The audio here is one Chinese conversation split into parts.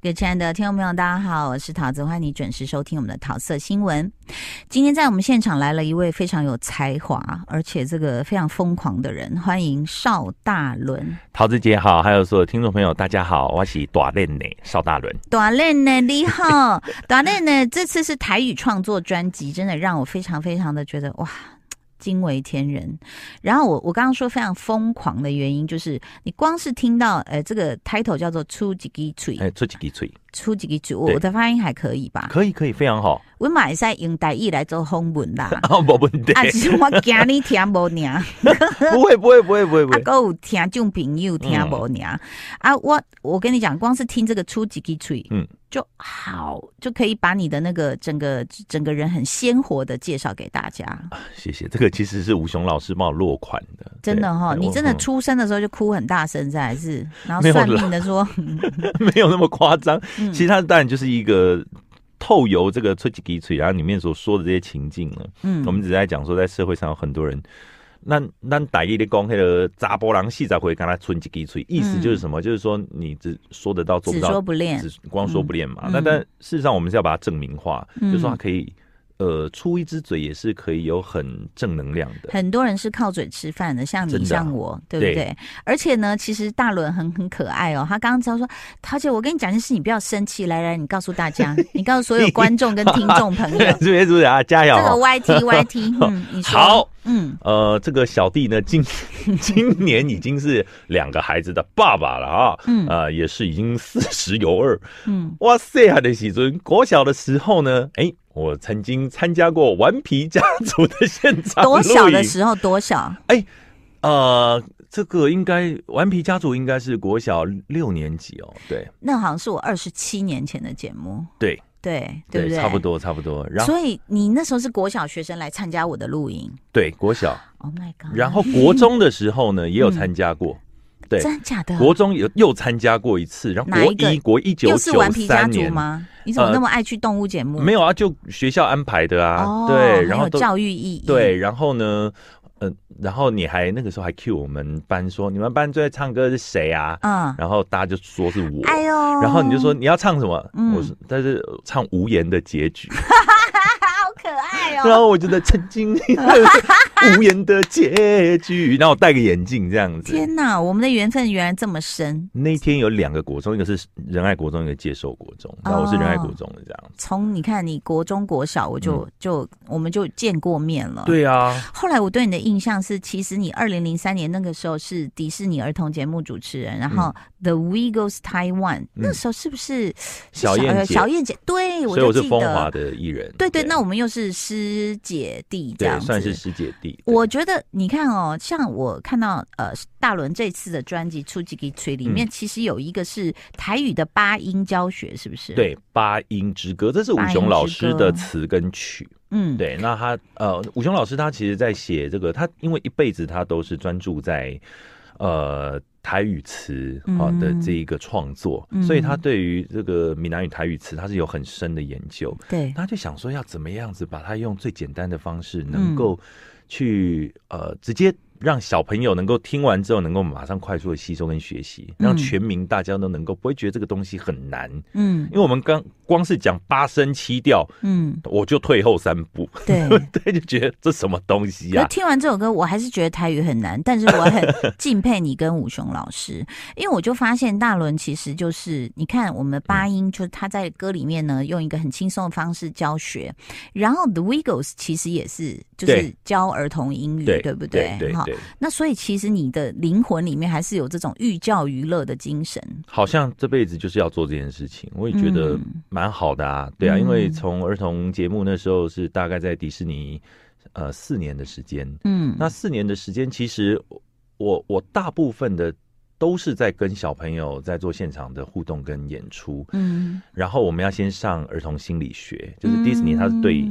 各位亲爱的听众朋友，大家好，我是桃子，欢迎你准时收听我们的桃色新闻。今天在我们现场来了一位非常有才华，而且这个非常疯狂的人，欢迎邵大伦。桃子姐好，还有所有听众朋友，大家好，我是大练呢邵大伦。短练呢，你好，短练呢，这次是台语创作专辑，真的让我非常非常的觉得哇。惊为天人。然后我我刚刚说非常疯狂的原因，就是你光是听到呃这个 title 叫做“出几滴嘴哎、”，出几滴嘴，出几滴嘴，我对我的发音还可以吧？可以可以，非常好，我买在用台语来做红文啦 ，啊，没问题， 啊，只是我惊你听无 呢。不会不会不会不会不啊，会，够有听众朋友听无嗯娘、啊！我我跟你讲，光是听这个出几滴嘴，嗯嗯，就好，就可以把你的那个整个整个人很鲜活的介绍给大家。谢谢。这个其实是吴雄老师帮我落款的，真的哈、啊对你我 真的嗯出生的时候就哭很大声，这还是然后没有算啦命的说，没有那么夸张。嗯其实它当然就是一个透由这个出几滴嘴，然后里面所说的这些情境呢，嗯，我们只是在讲说，在社会上有很多人，那那打一的讲那个扎波郎戏才会跟他存几滴嘴，意思嗯就是什么？就是说你只说得到做只不到说，不练只，光说不练嘛。嗯那嗯但事实上，我们是要把它证明化，嗯就是说它可以，呃，出一只嘴也是可以有很正能量的。很多人是靠嘴吃饭的，像真你的啊像我，对不对？对而且呢，其实大伦很很可爱哦。他刚刚知道说，桃姐，我跟你讲件事，你不要生气。来来，你告诉大 家，你告诉所有观众跟听众朋友，这边主持人啊，加油这哦！个 YT YT，嗯，你说，好，嗯，呃，这个小弟呢，今 今年已经是两个孩子的爸爸了啊，嗯呃，也是已经四十有二，嗯，哇塞，还得喜尊。国小的时候呢，哎、我曾经参加过《顽皮家族》的现场多小啊录的影时候多小？呃，这个应该《顽皮家族》应该是国小六年级哦，对那好像是我二十七年前的节目，对对对不对？差不。多差不多。然后所以你那时候是国小学生来参加我的录影对国小， ，Oh my god！然后国中的时候呢，也有参加过。对，真假的？国中有又参加过一次，然后嗯哪国一个一国一九又是九顽皮家三族年吗？你怎么呃那么爱去动物节目？没有啊，就学校安排的啊，哦，对，很然后有都教育意义，对，，然后呢，呃，然后你还那个时候还 cue 我们班说，你们班最爱唱歌的是谁啊？嗯，然后大家就说是我，哎呦，然后你就说你要唱什么？嗯我说但是唱无言的结 局，好可爱然哦，后我就在曾 经无言的结局，然后我戴个眼镜这样子。天哪，我们的缘分原来这么深，那天有两个国中，一个是仁爱国中，一个介寿国哦中，然后我是仁爱国中的这样。从你看你国中国小我就、就我们就见过面了，。嗯对啊，后来我对你的印象是，其实你二零零三年那个时候是迪士尼儿童节目主持人，然后嗯 The We Goes Taiwan、那时候是不是是小燕姐小燕姐，对，所以就我是记风得华的艺人。对对，那我们又是师姐弟这样对子，算是师姐弟。对我觉得你看哦，像我看到呃大伦这次的专辑《出几个吹》里嗯面，其实有一个是台语的八音教学，是不是？，对《八音之歌》，这是八武音雄老之师歌的词跟曲。嗯，对，那他呃，武雄老师他其实在写这个，他因为一辈子他都是专注在呃台语词啊嗯的这一个创作，嗯所以他对于这个闽南语台语词他是有很深的研究。对，他就想说要怎么样子把它用最简单的方式，嗯能够去、呃直接让小朋友能够听完之后能够马上快速的吸收跟学习，嗯让全民大家都能够不会觉得这个东西很难，嗯因为我们刚光是讲八声七调。嗯，我就退后三步，对。 对，就觉得这什么东西可呀、是听完这首歌，我还是觉得台语很难，但是我很敬佩你跟武雄老师，因为我就发现大伦其实就是你看我们八音，就是他在歌里面呢用一个很轻松的方式教学，然后 The Wiggles 其实也是就是对教儿童英语，对对不对对哈，对，那所以其实你的灵魂里面还是有这种寓教于乐的精神。好像这辈子就是要做这件事情，我也觉得嗯蛮好的啊。对啊，因为嗯从儿童节目那时候是大概在迪士尼呃四年的时间，嗯，那四年的时间，其实我我大部分的都是在跟小朋友在做现场的互动跟演出，嗯，然后我们要先上儿童心理学，就是嗯迪士尼它是对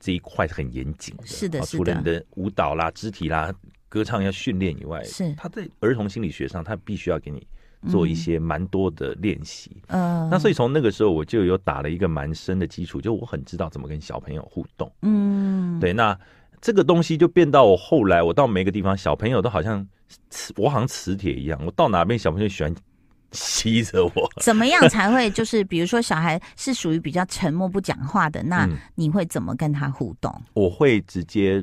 这一块是很严谨的，是的啊是除了的你的舞蹈啦、肢体啦、歌唱要训练以外，是它在儿童心理学上，它必须要给你做一嗯些蛮多的练习。呃，那所以以从那个时候我就有打了一个蛮深的基础，就我很知道怎么跟小朋友互动。嗯，对，那这个东西就变到我后来，我到每个地方，小朋友都好像磁我好像磁铁一样，我到哪边小朋友喜欢吸着我。怎么样才会就是，比如说小孩是属于比较沉默不讲话的，那嗯你会怎么跟他互动我会直接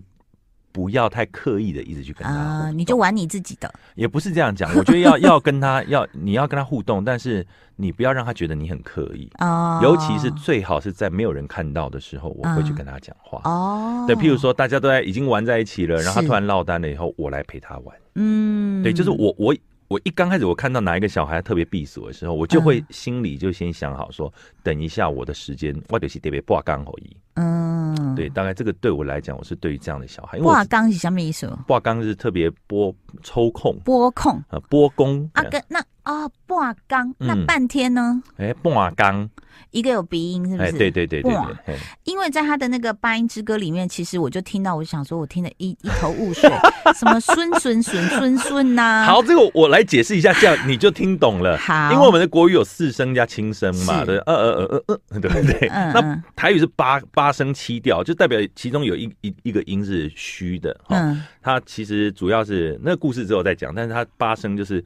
不要太刻意的一直去跟他互啊、动你就玩你自己的，也不是这样讲，我觉得要 要跟他要你要跟他互动，但是你不要让他觉得你很刻意，哦，尤其是最好是在没有人看到的时候，我会去跟他讲话。哦，对，譬如，说大家都在已经玩在一起了，然后他是突然落单了以后，我来陪他玩。嗯，对，就是我我我一刚开始我看到哪一个小孩特别避暑的时候，我嗯就会心里就先想好说，等一下我的时间，我就是特别不刚好一。嗯，对，大概这个对我来讲，我是对于这样的小孩，因为哇，我刚是什么意思？哦挂刚是特别拨抽空拨控啊，拨工啊，跟那啊，挂刚那嗯半天呢，哎，挂刚一个有鼻音是不哎，是？对对对对哇对，嘿因为在他的那个《八音之歌》里面，其实我就听到，我想说，我听得一一头雾水，什么孙孙孙孙孙呐， 好，这个我来解释一下，这样你就听懂了。啊好，因为我们的国语有四声加轻声嘛，是对，呃呃呃呃呃，对不对？嗯那嗯台语是八八声七调，就代表其中有一一一个音是虚的哈。嗯它其实主要是那个故事之后再讲，但是它八声就是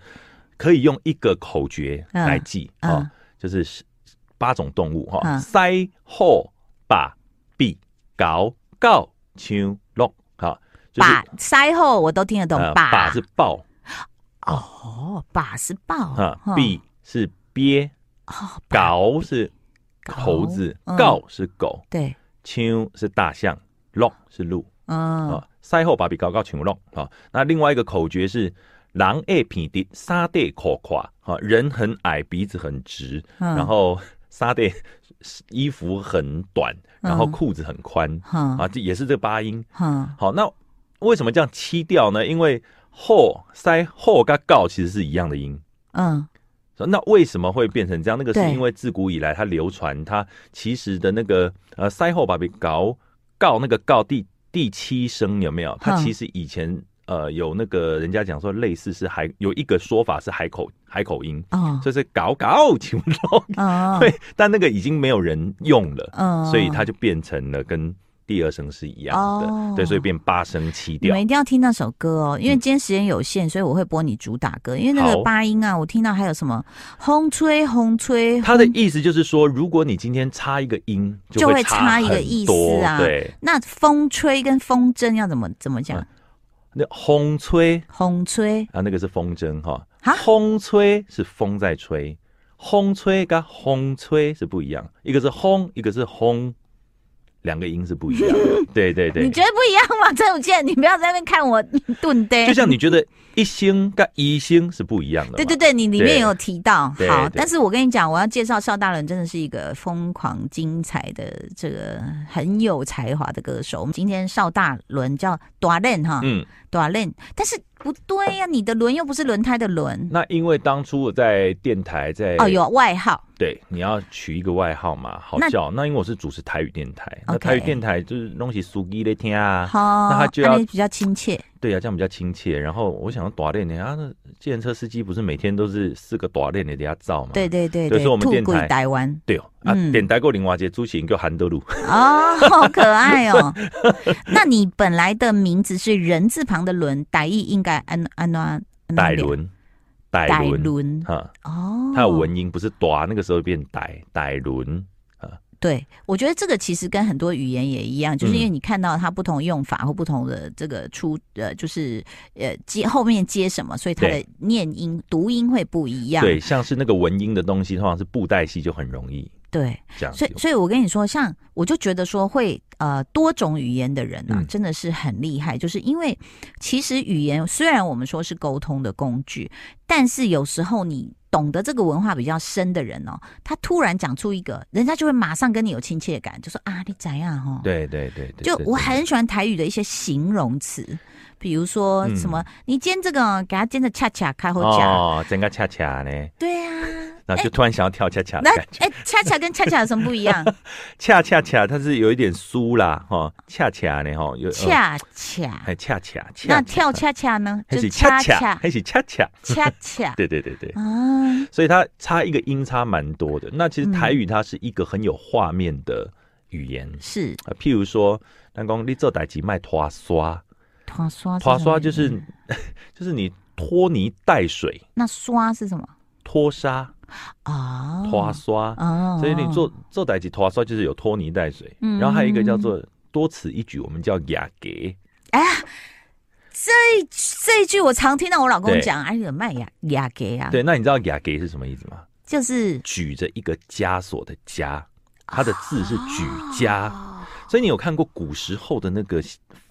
可以用一个口诀来记嗯啊、嗯哦就是八种动物哈、嗯腮、后、把、臂、搞、告、秋、龙，好，就是把腮后我都听得懂呃，把把是抱哦，把是抱啊哦，臂是鳖，哦把搞是猴子狗嗯，告是狗，对，秋是大象，龙是鹿嗯啊，腮后把比高高请弄啊。那另外一个口诀是“狼爱鼻的沙地口垮”啊，人很矮，鼻子很直，嗯然后沙地衣服很短，嗯然后裤子很宽哼啊，这也是这八音。哼好，那为什么这样七调呢？因为后腮后跟告其实是一样的音。嗯那为什么会变成这样？那个是对因为自古以来它流传，它其实的那个呃腮后把比搞告那个告第第七声有没有？它嗯其实以前呃有那个人家讲说类似是海有一个说法是海口海口音，哦就是搞搞请龙，嗯 对，但那个已经没有人用了，嗯所以它就变成了跟第二声是一样的，哦对，所以变八声七你调嗯们一定要听那首歌哦，因为今天时间有限，所以我会播你主打歌。因为那个好八音啊，我听到还有什么风吹红吹，他的意思就是说，如果你今天差一个音，就会会差一个很意思多啊对，那风吹跟风筝要怎么怎么讲嗯？那风吹红吹啊，那个是风筝哈啊。风吹是风在吹，风吹跟风吹是不一样，一个是轰，一个是轰，两个音是不一 样的。对对对你，觉得不一样吗？郑永健，你不要在那边看我 顿呆就。像你觉得一星跟一星是不一样的嘛。对对对，你里面对也有提到，对好，对但是我跟你讲，我要介绍邵大人真的是一个疯狂精彩的这个很有才华的歌手。我们今天邵大伦叫短轮哈，嗯，短轮，但是不对呀、你的轮又不是轮胎的轮，那因为当初我在电台在哦，有外号，对，你要取一个外号嘛，好那叫。那因为我是主持台语电台，那 OK 台语电台就是东西苏基在听啊，好，那他就要安妮比较亲切，对啊呀、这样比较亲切。然后我想要短链的啊，那计程车司机不是每天都是四个短链的底下照嘛？对对对对所以我们兔电鬼台台湾，对哦，啊，嗯点台过林华杰朱启英叫韩德鲁，哦，好可爱哦。 那你本来的名字是人字旁的轮，傣意应该安安安戴，伦，戴傣伦，轮哈，哦，它有文音，不是短，那个时候变戴戴伦，对，我觉得这个其实跟很多语言也一样，就是因为嗯你看到它不同用法或不同的这个出呃，就是呃接后面接什么，所以它的对念音读音会不一样。对，像是那个文音的东西，通常是布袋戏就很容易对，这样子所以所以我跟你说，像我就觉得说会呃多种语言的人啊，嗯真的是很厉害，就是因为其实语言虽然我们说是沟通的工具，但是有时候你。懂得这个文化比较深的人哦，他突然讲出一个，人家就会马上跟你有亲切感，就说啊，你怎样哦？对对对对，就对我对很喜欢台语的一些形容词，比如说嗯什么，你煎这个哦给它煎的恰恰开后夹，哦，整个恰恰呢，对啊，然后就突然想要跳恰恰哦的那感觉，哎、恰恰跟恰恰有什么不一 样？恰恰恰它是有一点酥啦，哈，恰恰呢，哈，有，呃恰恰，还恰恰，恰那恰跳恰恰呢？还就是恰恰 恰，还是恰恰，恰恰对对对对，啊，所以它差一个音差蛮多的。那其实台语它是一个很有画面的语言是啊，譬如说，咱讲你做代志卖拖刷，拖刷，嗯 拖刷就是就是你拖泥带水，那刷是什么？拖沙、啊，拖刷，哦，所以你做做代际拖刷就是有拖泥带水，嗯然后还有一个叫做多此一举，我们叫雅给，哎这一句，我常听到我老公对讲，哎，有卖雅雅给啊，对，那你知道雅给是什么意思吗？就是举着一个枷锁的枷，它的字是举枷，哦所以你有看过古时候的那个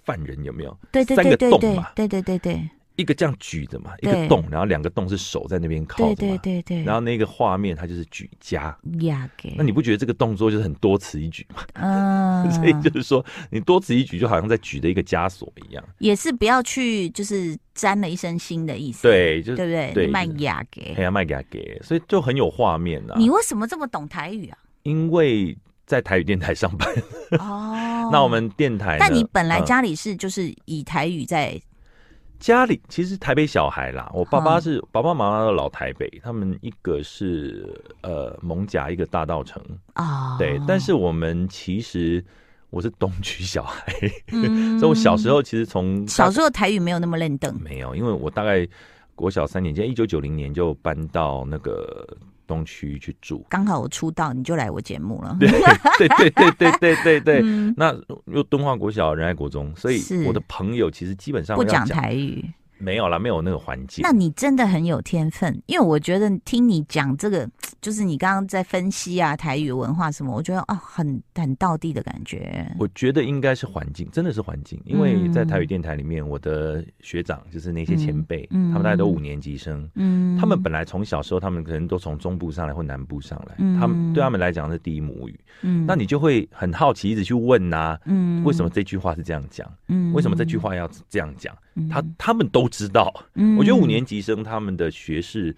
犯人有没有？对对三对个对洞对嘛，对对对对一个这样举着嘛，一对个洞，然后两个洞是手在那边靠着对嘛，对对对，然后那个画面它就是举枷。雅给那，你不觉得这个动作就是很多此一举吗？嗯 所以就是说，你多此一举就好像在举着一个枷锁一样。也是不要去就是沾了一身腥的意思，对，就是对不对？对你卖就是雅给黑，暗麦给他给，所以就很有画面呐、啊你为什么这么懂台语啊？因为在台语电台上班，哦 那我们电台呢，但你本来嗯家里是就是以台语在家里其实台北小孩啦，我爸爸嗯是、爸爸妈妈的老台北，他们一个是呃蒙甲，一个大道城，啊，对，但是我们其实我是东区小孩，嗯 所以我小时候其实从小时候台语没有那么认等没有，因为我大概国小三年级，一九九零年就搬到那个东区去住， 刚好我出道你就来我节目了，对对对对对对对对。嗯那又敦化国小、仁爱国中，所以是我的朋友其实基本上不要讲台语，没有啦，没有那个环境。那你真的很有天分，因为我觉得听你讲这个，就是你刚刚在分析啊台语文化什么，我觉得哦很很道地的感觉，我觉得应该是环境，真的是环境，因为在台语电台里面，我的学长就是那些前辈，嗯嗯嗯他们大概都五年级生，嗯，他们本来从小时候，他们可能都从中部上来或南部上来，嗯他们对他们来讲是第一母语，嗯那你就会很好奇，一直去问呐、嗯为什么这句话是这样讲？嗯为什么这句？话要这样讲？嗯他他们都知道，嗯我觉得五年级生他们的学识，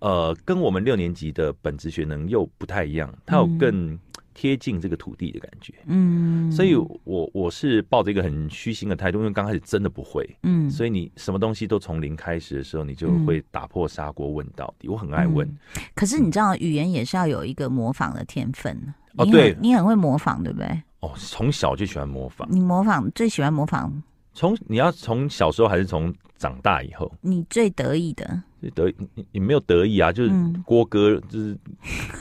呃，跟我们六年级的本职学能又不太一样，他有嗯更贴近这个土地的感觉。嗯所以我我是抱着一个很虚心的态度，因为刚开始真的不会，嗯所以你什么东西都从零开始的时候，你就嗯会打破砂锅问到底。我很爱问，可是你知道，语言也是要有一个模仿的天分。哦你很对你很会模仿，对不对？哦，从小就喜欢模仿，你模仿最喜欢模仿从你要从小时候还是从长大以后，你最得意的，就得你你你没有得意啊，就是嗯郭哥，就是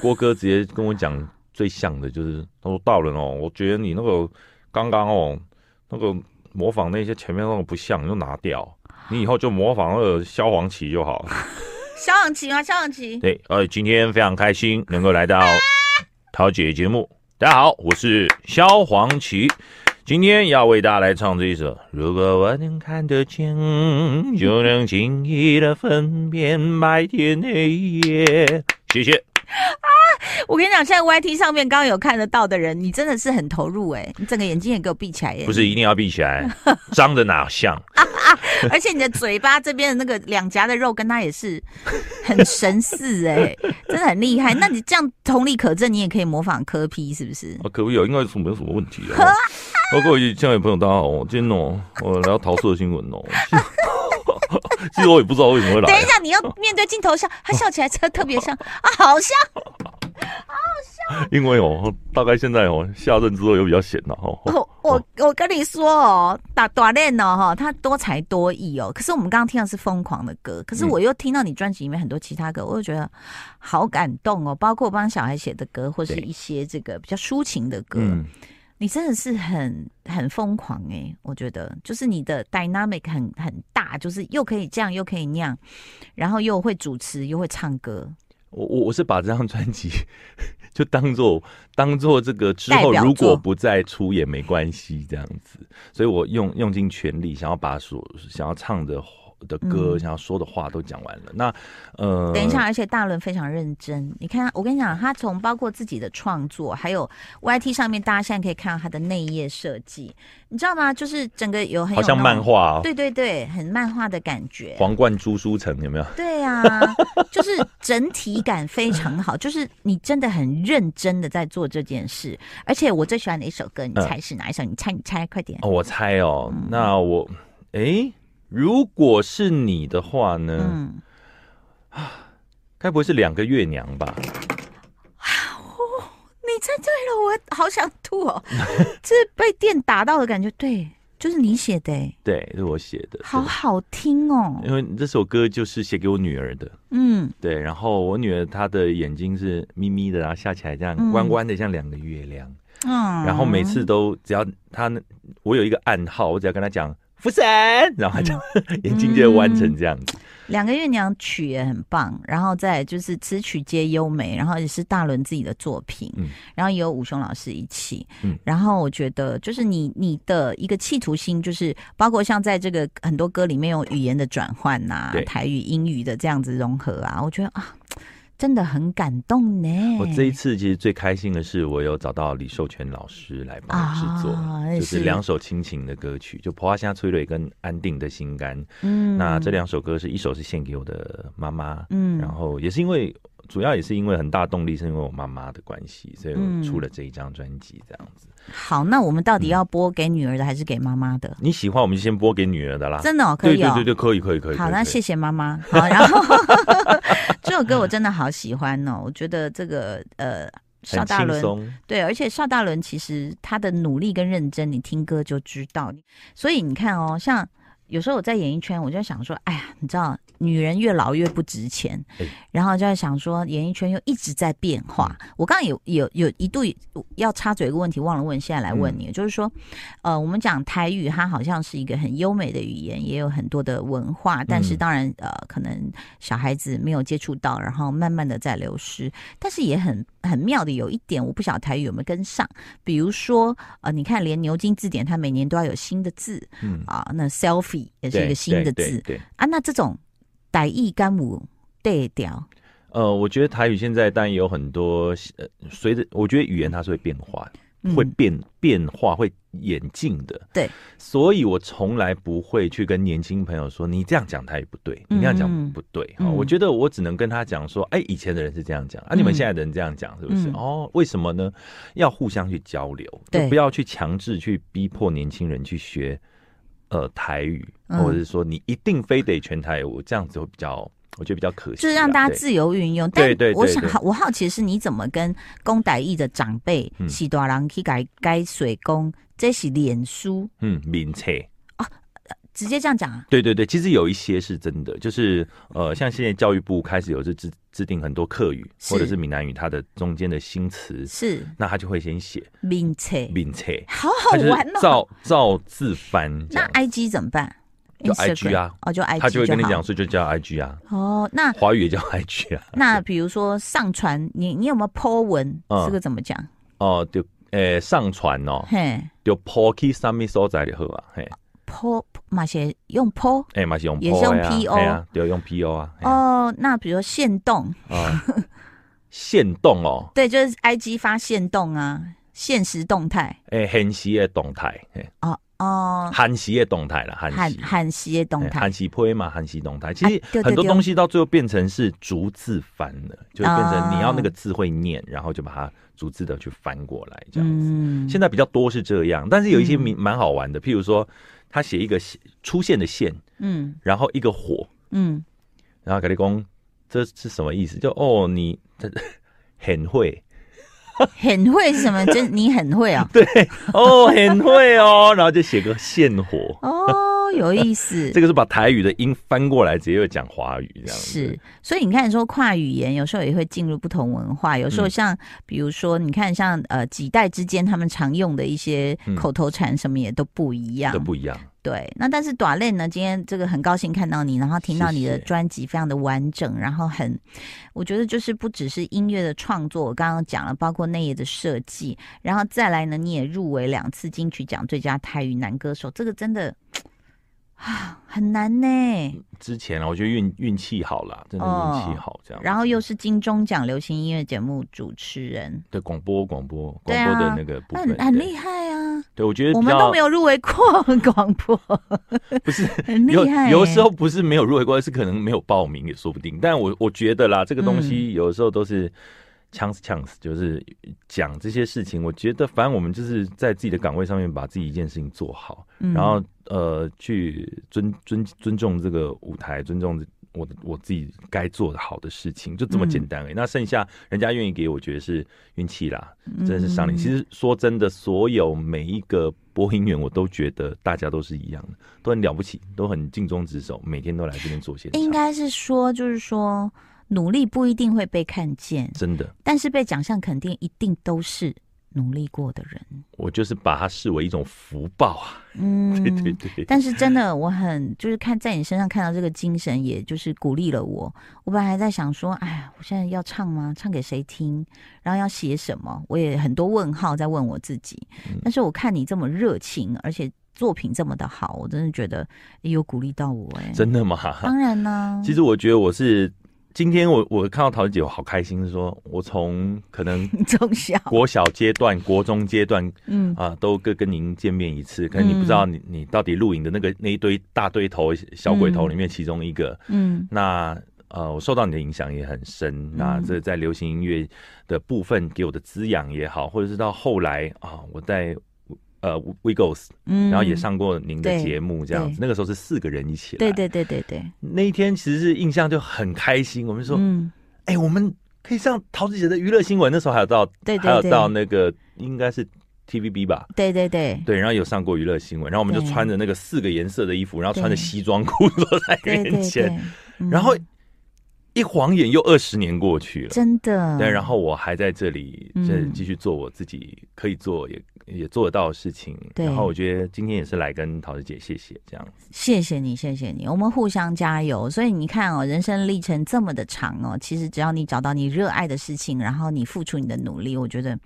郭哥直接跟我讲最像的就是，他说大人哦，我觉得你那个刚刚哦那个模仿那些前面那个不像，你就拿掉，你以后就模仿那个萧煌奇就好。肖朗奇吗？肖朗奇，对，呃，今天非常开心能够来到桃姐节目，大家好，我是萧煌奇。今天要为大家来唱这一首。如果我能看得见，就能轻易的分辨白天黑夜。谢谢。我跟你讲，现在 YT 上面刚刚有看得到的人，你真的是很投入哎、你整个眼睛也给我闭起来哎耶、不是一定要闭起 来，张着哪像？而且你的嘴巴这边的那个两颊的肉跟他也是很神似哎、 真的很厉害。那你这样同理可证，你也可以模仿柯 P 是不是？啊，可不有，应该是没有什么问题的、哦。 哦各位亲爱的朋友，大家好，我今天哦，我聊桃色新闻哦。 其实其实我也不知道为什么会等来啊一，下，你要面对镜头笑，他笑起来真的特别像啊，好像。因为哦，大概现在哦，下任之后又比较闲了哦。我我我跟你说哦，打打练哦哈，他多才多艺哦。可是我们刚刚听到是疯狂的歌，可是嗯我又听到你专辑里面很多其他歌，我就觉得好感动哦。包括帮小孩写的歌，或是对一些这个比较抒情的歌，嗯，你真的是很很疯狂哎、我觉得就是你的 dynamic 很很大，就是又可以这样，又可以那样，然后又会主持，又会唱歌，我我我是把这张专辑就当做当做这个之代后表作如果不再出也没关系这样子，所以我用用尽全力想要把所想要唱的的歌、嗯想要说的话都讲完了。那呃，等一下，，而且大伦非常认真。你看他，我跟你讲，他从包括自己的创作，还有 YT 上面，大家现在可以看到他的内页设计，你知道吗？就是整个有很有好像那种漫，画、哦，对对对，很漫画的感觉。皇冠朱书城有没 有？对 啊，就是整体感非常好，就是你真的很认真的在做这件事。而且我最喜欢的一首歌，你嗯猜是哪一首？你猜，你猜，快点！哦，我猜哦，那我诶，如果是你的话呢，嗯，该、不会是两个月娘吧？ 你猜对了，我好想吐哦，这是被电打到的感觉。对，就是你写的、欸，对，是我写的。好好听哦对，。因为这首歌就是写给我女儿的，嗯，对。然后我女儿她的眼睛是眯眯的，然后下起来这样嗯弯弯的，像两个月亮。嗯然后每次都只要她，我有一个暗号，我只要跟她讲福神，然后她就、 眼睛就会弯成这样子。两个月娘曲也很棒，然后再来就是词曲皆优美，然后也是大伦自己的作品，嗯然后也有武雄老师一起，嗯然后我觉得就是你你的一个企图心，就是包括像在这个很多歌里面有语言的转换呐、对台语英语的这样子融合啊，我觉得啊，真的很感动呢。我这一次其实最开心的是，我有找到李寿全老师来帮我制作，啊就是是两首亲情的歌曲，就《婆花香催泪》跟《安定的心肝》。嗯那这两首歌是一首是献给我的妈妈，嗯然后也是因为主要也是因为很大动力是因为我妈妈的关系，所以嗯我出了这一张专辑这样子。好，那我们到底嗯要播给女儿的还是给妈妈的？你喜欢我们就先播给女儿的啦，真的、哦、可对以对哦。对对，可以可以可以。好，可以那可以谢谢妈 妈。好，然后这首歌我真的好喜欢哦，我觉得这个呃。邵很大轻伦松，对，而且邵大伦其实他的努力跟认真，你听歌就知道。所以你看哦，像有时候我在演艺圈，我就想说，哎呀，你知道，女人越老越不值钱，哎然后就在想说，演艺圈又一直在变化。嗯我刚刚有有有一度要插嘴一个问题，忘了问，现在来问嗯你，就是说，呃，我们讲台语，它好像是一个很优美的语言，也有很多的文化，但是嗯当然，呃，可能小孩子没有接触到，然后慢慢的在流失。但是也很很妙的有一点，我不晓得台语有没有跟上，比如说呃，你看连牛津字典它每年都要有新的字嗯，啊，那 selfie 也是对一个新的对对字对，啊，那这种歹意干母对调，呃，我觉得台语现在当然也有很多，呃，随着我觉得语言它是会变化的。嗯会变变化、会演进的。对，所以我从来不会去跟年轻朋友说你这样讲台语不对，嗯你那样讲不对。嗯哦我觉得我只能跟他讲说，哎、以前的人是这样讲，啊，你嗯们现在的人这样讲是不是？嗯哦，为什么呢？要互相去交流，对就不要去强制去逼迫年轻人去学呃台语，嗯或者是说你一定非得全台语，我这样子会比较，我觉得比较可惜啦。啊就是让大家对自由运用。对对对我想对好，我好奇的是你怎么跟公歹意的长辈嗯喜多郎去改改水工，这是脸书嗯，明确。直接这样讲啊？对对对，其实有一些是真的，就是呃，像现在教育部开始有制制制定很多客语是或者是闽南语，它的中间的新词，是那他就会先写名册，闽册，好他好就是玩哦。照照字翻这那样， IG 怎么办？就 IG 啊 Instagram 哦，就 IG 他就会跟你好讲，所以就叫 IG 啊，哦，那华语也叫 IG 啊，那比如说上传，你你有没有 po 文？嗯这个怎么讲？哦，就诶上传哦，嘿就 p o k y 上面所在就好啊，嘿， ，po 嘛写用 po 诶嘛是用也是用 po 的啊 PO 嘿啊，对，用 PO 啊，嘿啊哦。那比如说限动， 哦，现动哦，对，就是 IG 发限动啊，现实动态诶，哎现时的动态，嘿哦哦，韩时的动态啦，韩韩时。韩系的动哎态韩系配嘛，韩系动态，其哎对实很对多对东西到最后变成是逐字翻了，就变成啊你要那个字会念，然后就把它逐字的去翻过来这样子。嗯现在比较多是这样，但是有一些嗯蛮蛮好玩的，譬如说他写一个线出现的线，嗯然后一个火，嗯然后凯利公这是什么意思？就哦，你这 很会很会是什么？真你很会 哦，哦，很会哦，然后就写个现火，哦，有意思 这。个是把台语的音翻过来，直接就讲华语这样子。是，所以你看，说跨语言有时候也会进入不同文化，有时候嗯像、比如说，你看像呃几代之间他们常用的一些嗯口头禅什么也都不一样。都不一样。对，那但是短链呢，今天这个很高兴看到你，然后听到你的谢谢专辑非常的完整，然后很，我觉得就是不只是音乐的创作，我刚刚讲了，包括内页的设计，然后再来呢，你也入围两次金曲奖最佳台语男歌手，这个真的啊很难呢、之前啊，我觉得运运气好啦，真的运气好这样哦子、然后又是金钟奖流行音乐节目主持人，对广播广播对广啊播的那个部分，很很对厉害啊！对，我觉得我比们较都没有入围过 广播，不是很厉有害欸、有时候不是没有入围过，是可能没有报名也说不定。但我我觉得啦，这个东嗯西有时候都是 chance chance，就是讲这些事情。我觉得反正我们就是在自己的岗位上面把自己一件事情做好，嗯，然后呃去尊尊尊重这个舞台，尊重我的我自己该做的好的事情，就这么简嗯单而已。那剩下人家愿意给我，觉得是运气啦，嗯真的是赏脸。其实说真的，所有每一个播音员，我都觉得大家都是一样的，都很了不起，都很尽忠职守，每天都来这边做些。应该是说，就是说努力不一定会被看见，真的，但是被奖项肯定一定都是努力过的人。我就是把它视为一种福报啊！嗯， 对对对，但是真的，我很就是看在你身上看到这个精神，也就是鼓励了我。我本来还在想说，哎呀，我现在要唱吗？唱给谁听？然后要写什么？我也很多问号在问我自己。嗯但是我看你这么热情，而且作品这么的好，我真的觉得也有鼓励到我哎、真的吗？当然啦、 其实我觉得我是今天我我看到桃姐，我好开心，是说我从可能 从小，国小阶段、国中阶段嗯，啊，都各跟您见面一次，可能你不知道你你到底录影的那个那一堆大堆头小鬼头里面其中一个。嗯那呃，我受到你的影响也很深。那这在流行音乐的部分给我的滋养也好，或者是到后来啊，我在呃 w e g o s 嗯，然后也上过您的对节目，这样子对。那个时候是四个人一起来。对对对对对，那一天其实是印象就很开心，我们说，哎、嗯，我们可以上桃子姐的娱乐新闻，那时候还有到，对对还有对到那个应该是 TVB 吧，对对对。对，然后有上过娱乐新闻，然后我们就对穿着那个四个颜色的衣服，然后穿对着西装裤坐在对面对前，对，嗯 然后一晃眼又二十年过去了。真的，对，然后我还在这里，这嗯继续做我自己可以做也也做得到的事情。对然后我觉得今天也是来跟桃子姐谢谢这样。谢谢你，谢谢你，我们互相加油。所以你看哦，人生历程这么的长哦，其实只要你找到你热爱的事情，然后你付出你的努力，我觉得嘖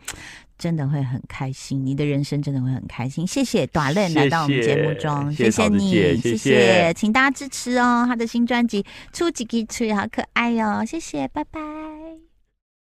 真的会很开心，你的人生真的会很开心。谢谢短谢任谢来到我们节目中，谢谢谢桃子你，姐谢谢谢请大家支持哦，他的新专辑《出几个吹》好可爱哦，谢谢，拜拜。